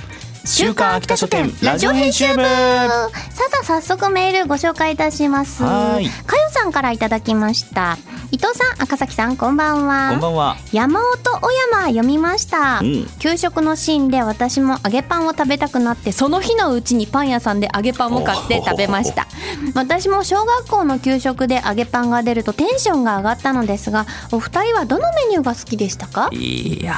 週刊秋田書店ラジオ編集部さあさあ早速メールご紹介いたしますはかーいよさんからいただきました伊藤さん赤崎さんこんばんはこんばんは山尾と小山読みました、うん給食のシーンで私も揚げパンを食べたくなってその日のうちにパン屋さんで揚げパンも買って食べました私も小学校の給食で揚げパンが出るとテンションが上がったのですがお二人はどのメニューが好きでしたかいや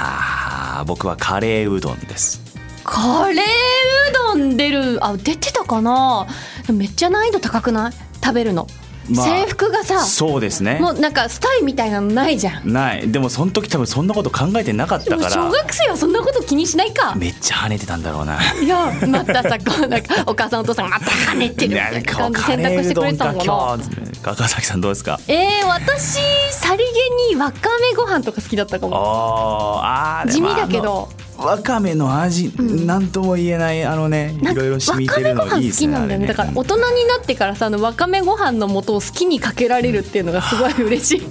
ー僕はカレーうどんですカレーうどん出るあ出てたかなでもめっちゃ難易度高くない食べるの、まあ制服がさそうですねもうなんかスタイみたいなのないじゃんないでもその時多分そんなこと考えてなかっでたもか小ら学生はそんなこと気にしないかめっちゃ跳ねてたんだろうないやまたさこうなんかお母さんお父さんがまた跳ねてるみたいなか感じカ選レ択ーしうてくどれんたかのか今な日赤崎さんどうですかえー、私さりげにわかめご飯とか好きだったかおーもあーで地も味だけどあのわかめの味、なんとも言えないあのねないんかろいろわ染みかてめるごのいい飯で好すきねなんだよねだからあれね大人になってからさあのわかめご飯の素を好きにかけられるっていうのがすごい嬉しい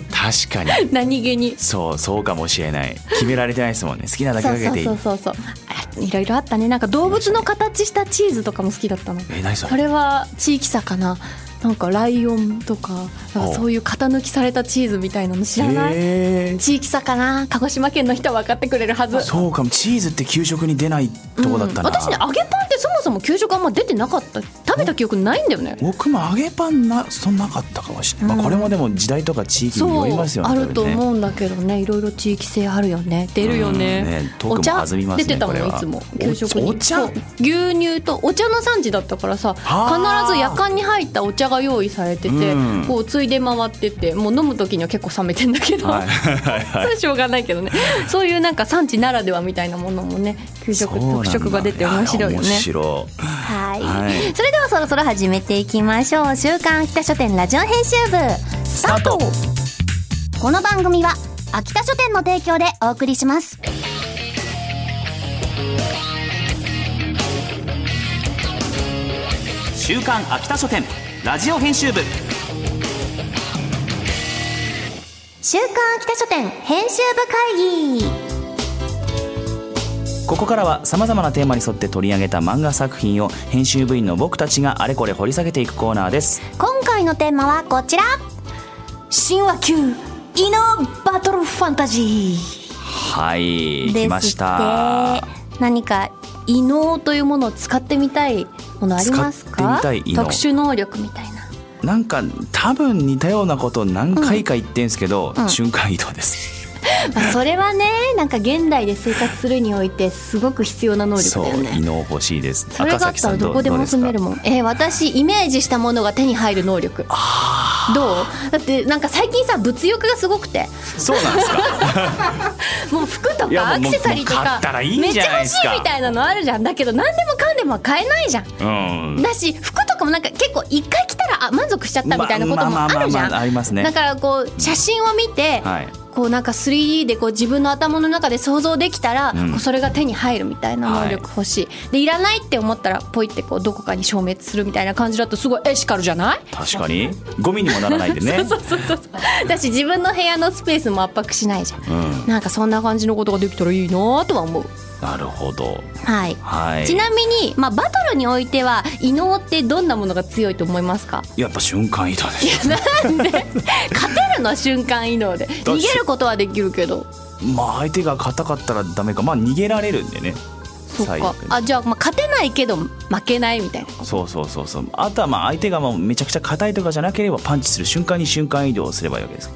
確かに何気にそうそうかもしれない決められてないですもんね好きなだけ そかけうそうていいそうそうそうあいろいろあったねなんか動物の形したチーズとかも好きだったのえ何そこれれは地域差かななんかライオンとかなんかそういう型抜きされたチーズみたいなの知らない、え地域差かな鹿児島県の人は分かってくれるはずそうかもチーズって給食に出ないとこだったな、うん私ね揚げパンってそもそも給食あんま出てなかった食べた記憶ないんだよね僕も揚げパンなそんなかったかもしれない、うんまあ、これもでも時代とか地域によそりますうよねあると多分ね思うんだけどねいろいろ地域性あるよね出るようんねねトークおも茶弾みますね出てたもんこれいはつも給食におお茶そう牛乳とお茶の産地だったからさ必はあず夜間に入ったお茶が用意されててうんこうついで回っててもう飲む時には結構冷めてんだけどはいはいそはいれはしょうがないけどねそういうなんか産地ならではみたいなものもね給食そうなんだ特色が出て面白いよやね面白いはいはいそれではそろそろ始めていきましょう週刊秋田書店ラジオ編集部スタートこの番組は秋田書店の提供でお送りします週刊秋田書店ラジオ編集部週刊秋田書店編集部会議ここからはさまざまなテーマに沿って取り上げた漫画作品を編集部員の僕たちがあれこれ掘り下げていくコーナーです今回のテーマはこちら神話級イノバトルファンタジーはいですって来ました何か異能というものを使ってみたいものあります使かってみたい異能特殊能力みたいななんか多分似たようなこと何回か言ってんすけど、うん瞬間移動です、まあ、それはねなんか現代で生活するにおいてすごく必要な能力そうだよ異ね能欲しいですそれがあったらどこでも住めるんもんえー私イメージしたものが手に入る能力どうだってなんか最近さ物欲がすごくてそうなんです かもう服といやもかうアクセサリーともう買かったらいいめっんちじゃゃない欲でしすかいみたいなのあるじゃんだけど何でもかんでも買えないじゃんうんだし服とかもなんか結構一回着たらあ満足しちゃったみたいなこともあるじゃんまあまあまあまあありますねだからこう写真を見て、はいこうなんか 3D でこう自分の頭の中で想像できたら、んこうそれが手に入るみたいな能力欲しい、でいらないって思ったらポイってこうどこかに消滅するみたいな感じだとすごいエシカルじゃない確かにゴミにもならないで ねだし自分の部屋のスペースも圧迫しないじゃん、うんなんかそんな感じのことができたらいいなとは思うなるほどはい、はいちなみに、まあ、バトルにおいては異能ってどんなものが強いと思いますかやっぱ瞬間移動です勝てるのは瞬間移動で逃げることはできるけどまあ相手が硬かったらダメかまあ逃げられるんでねそっ最か悪あじゃあ,、まあ勝てないけど負けないみたいなそうそうそうそうあとはまあ相手がもうめちゃくちゃ硬いとかじゃなければパンチする瞬間に瞬間移動をすればいいわけです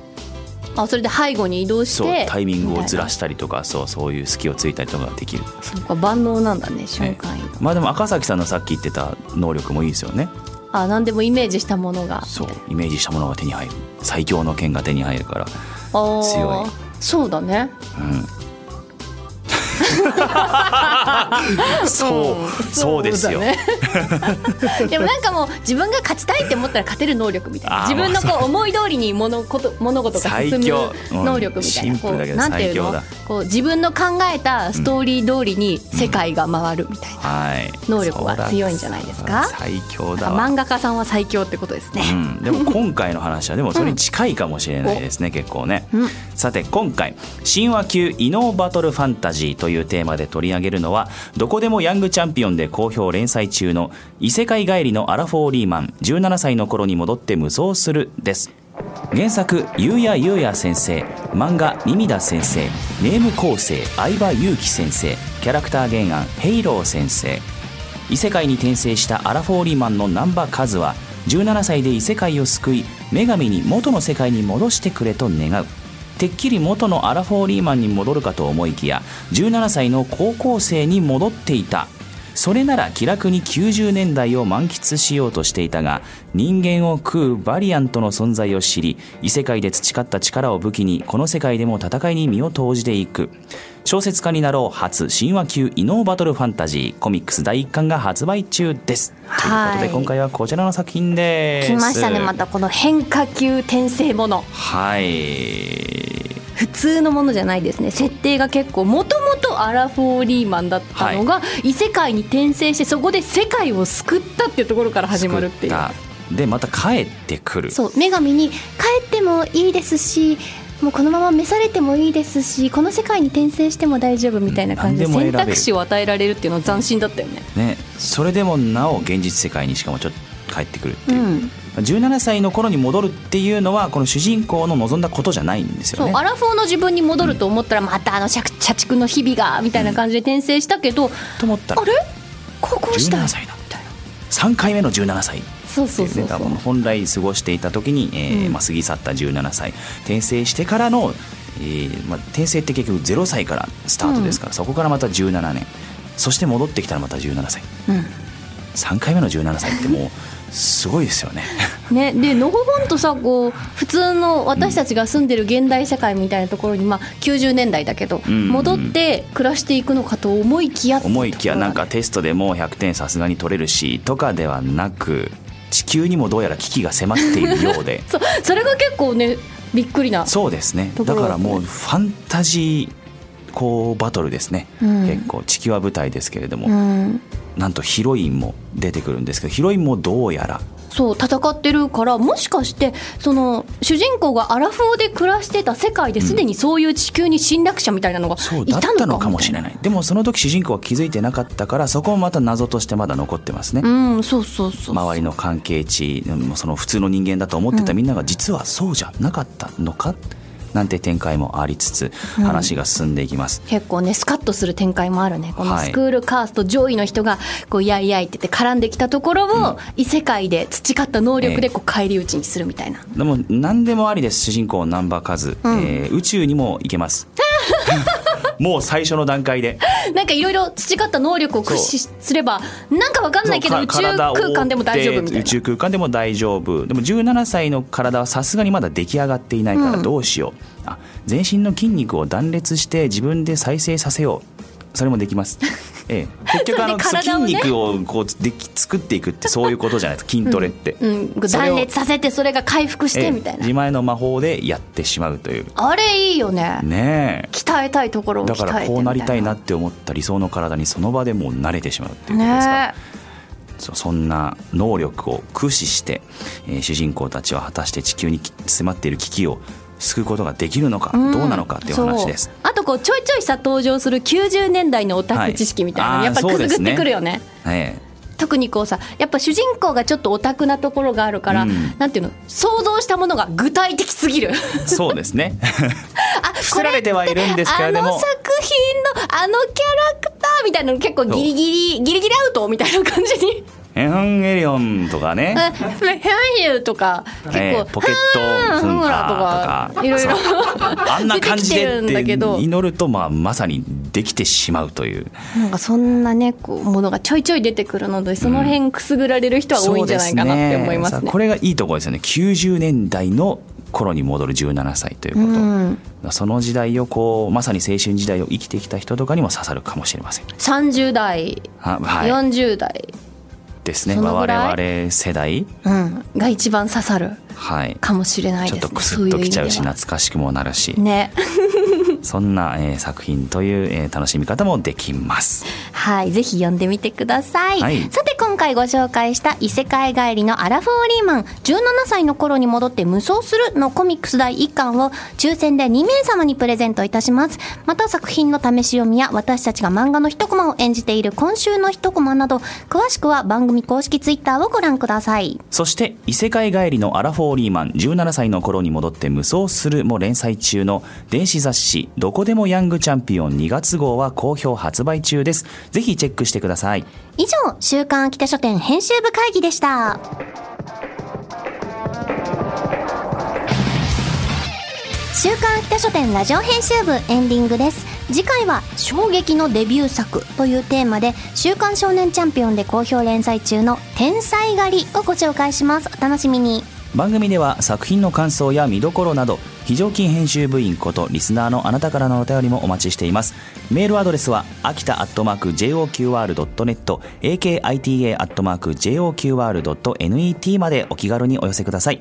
あそれで背後に移動してそうタイミングをずらししたりとかそうそういう隙をついたりとかができるそうか万能なんだね瞬間移動、ええまあでも赤崎さんのさっき言ってた能力もいいですよねあ何でもイメージしたものがそうイメージしたものが手に入る最強の剣が手に入るからあー強い そうだねうんそう、そうですよ、だね でもなんかもう自分が勝ちたいって思ったら勝てる能力みたいなあ自ー分のこう思い通りに物こと物事が進む最強うん能力みたいシな、ンプルだけどこうなんていう最強のだこう自分の考えたストーリー通りに世界が回るみたいな、はい、能力は強いんじゃないですかそうだ最強だわ漫画家さんは最強ってことですね、うん、でも今回の話はでもそれに近いかもしれないですね、結構ね、うんさて今回「神話級異能バトルファンタジー」というテーマで取り上げるのはどこでもヤングチャンピオンで好評連載中の異世界帰りのアラフォーリーマン17歳の頃に戻って無双するです原作「ゆうやゆうや先生」漫画「耳だ先生」ネーム構成相葉祐樹先生キャラクター原案「ヘイロー先生」異世界に転生したアラフォーリーマンの難波和は17歳で異世界を救い女神に元の世界に戻してくれと願うてっきり元のアラフォーリーマンに戻るかと思いきや17歳の高校生に戻っていたそれなら気楽に90年代を満喫しようとしていたが人間を食うバリアントの存在を知り異世界で培った力を武器にこの世界でも戦いに身を投じていく小説家になろう初神話級異能バトルファンタジーコミックス第1巻が発売中ですということはでい今回はこちらの作品です来ましたねまたこの変化球転生ものはい普通のものじゃないですね設定が結構もともとアラフォーリーマンだったのが、異世界に転生してそこで世界を救ったっていうところから始まるっていう作ったでまた帰ってくるそう女神に帰ってもいいですしもうこのまま召されてもいいですしこの世界に転生しても大丈夫みたいな感じでうん何でも選選べる択肢を与えられるっていうのは斬新だったよね。ね、それでもなお現実世界にしかもちょっと帰ってくるってういう、ん、 17歳の頃に戻るっていうのはこの主人公の望んだことじゃないんですよそうねアラフォーの自分に戻ると思ったらまたあの社社畜の日々がみたいな感じで転生したけど、と思ったらあれ高校時代17歳だみたいな3回目の17歳そうそうですそねうそ多う分本来過ごしていた時に、えーうんまあ、過ぎ去った17歳転生してからの、えーまあ、転生って結局0歳からスタートですから、そこからまた17年そして戻ってきたらまた17歳う3回目の17歳ってもうすごいですよ ね。んね、でのほほんとさこう普通の私たちが住んでる現代社会みたいなところに、まあ、90年代だけど、ん戻って暮らしていくのかと思いきやってところ思いきやなんだねかテストでもう100点さすがに取れるしとかではなく地球にもどうやら危機が迫っているようでそうそれが結構ねびっくりなそうですねとこだろかだねらもうファンタジーこうバトルですね、うん結構地球は舞台ですけれども、うん、なんとヒロインも出てくるんですけどヒロインもどうやらそう戦ってるからもしかしてその主人公がアラフォーで暮らしてた世界ですでにそういう地球に侵略者みたいなのがいたそのうかだったのかもしれい。ないでもその時主人公は気づいてなかったからそこもまた謎としてまだ残ってますね、うん、そうそうそう。周りの関係値うんその普通の人間だと思ってたみんなが実はそうじゃなかったのか、なんて展開もありつつ話が進んでいきます、結構ねスカッとする展開もあるねこのはいスクールカースト上位の人がこうやいやいって言って絡んできたところを、異世界で培った能力でこう返り討ちにするみたいな、でも何でもありです主人公難波和、えー宇宙にも行けます もう最初の段階でなんかいろいろ培った能力を駆使しすればなんかわかんないけどそう宇か宙体を覆空間でも大丈夫みたってい宇な。宙空間でも大丈夫でも17歳の体はさすがにまだ出来上がっていないからどうしよう、あ全身の筋肉を断裂して自分で再生させようそれもできますええ、結局あの、 それで筋体を肉ねをこうでき作っていくってそういうことじゃないですか筋トレって、うん、それを断裂させてそれが回復しええてみたいな、自前の魔法でやってしまうというあれいいよねねえ鍛えたいところを鍛だからえてみたいなこうなりたいなって思った理想の体にその場でもう慣れてしまうっていうことですから、ねそそんな能力を駆使して、えー主人公たちは果たして地球にき迫っている危機を救うことができるのか、んどうなのかっていう話ですそう。あとこうちょいちょいさ登場する90年代のオタク知識みたいなの、はいやっぱあーくすぐそうでってすねくるよねえ特にこうさやっぱ主人公がちょっとオタクなところがあるから、うんなんていうの想像したものが具体的す ぎるえそうですね。あ伏せられてはいるんですけあれどのも作、品のあのキャラクターみたいなの結構ギリギリギリギリアウトみたいな感じにエンゲリオンとか「ね、あヘンヒル」とか結構ええポケットあーフンほタらーとかとかいろいろあんな感じでっ出てきてるんてだけど祈るとまあまさにできてしまうという。なんかそんなねこうものがちょいちょい出てくるのでその辺くすぐられる人は多いんじゃないかなって思いますそうでね。これがいいところですよね。90年代の頃に戻る17歳ということ、うんその時代をこうまさに青春時代を生きてきた人とかにも刺さるかもしれません。 30代、ははい、 40代、ですねそのぐらい我々世代、うん、が一番刺さるはい、かもしれないちょでっすねとクスッときちゃうしそういう意味では懐かしくもなるし、ねそんな、えー作品という、えー楽しみ方もできます。はいぜひ読んでみてください、はいさて今回ご紹介した「異世界帰りのアラフォーリーマン17歳の頃に戻って無双する」のコミックス第1巻を抽選で2名様にプレゼントいたしますまた作品の試し読みや私たちが漫画の一コマを演じている今週の一コマなど詳しくは番組公式ツイッターをご覧くださいそして異世界帰りのアラフォーリーマン17歳の頃に戻って無双するも連載中の電子雑誌「どこでもヤングチャンピオン」2月号は好評発売中ですぜひチェックしてください以上週刊秋田書店編集部会議でした週刊秋田書店ラジオ編集部エンディングです次回は衝撃のデビュー作というテーマで週刊少年チャンピオンで好評連載中の天才狩りをご紹介しますお楽しみに番組では作品の感想や見どころなど非常勤編集部員ことリスナーのあなたからのお便りもお待ちしていますメールアドレスは秋田アットマーク JOQR.net akita アットマーク JOQR.net までお気軽にお寄せください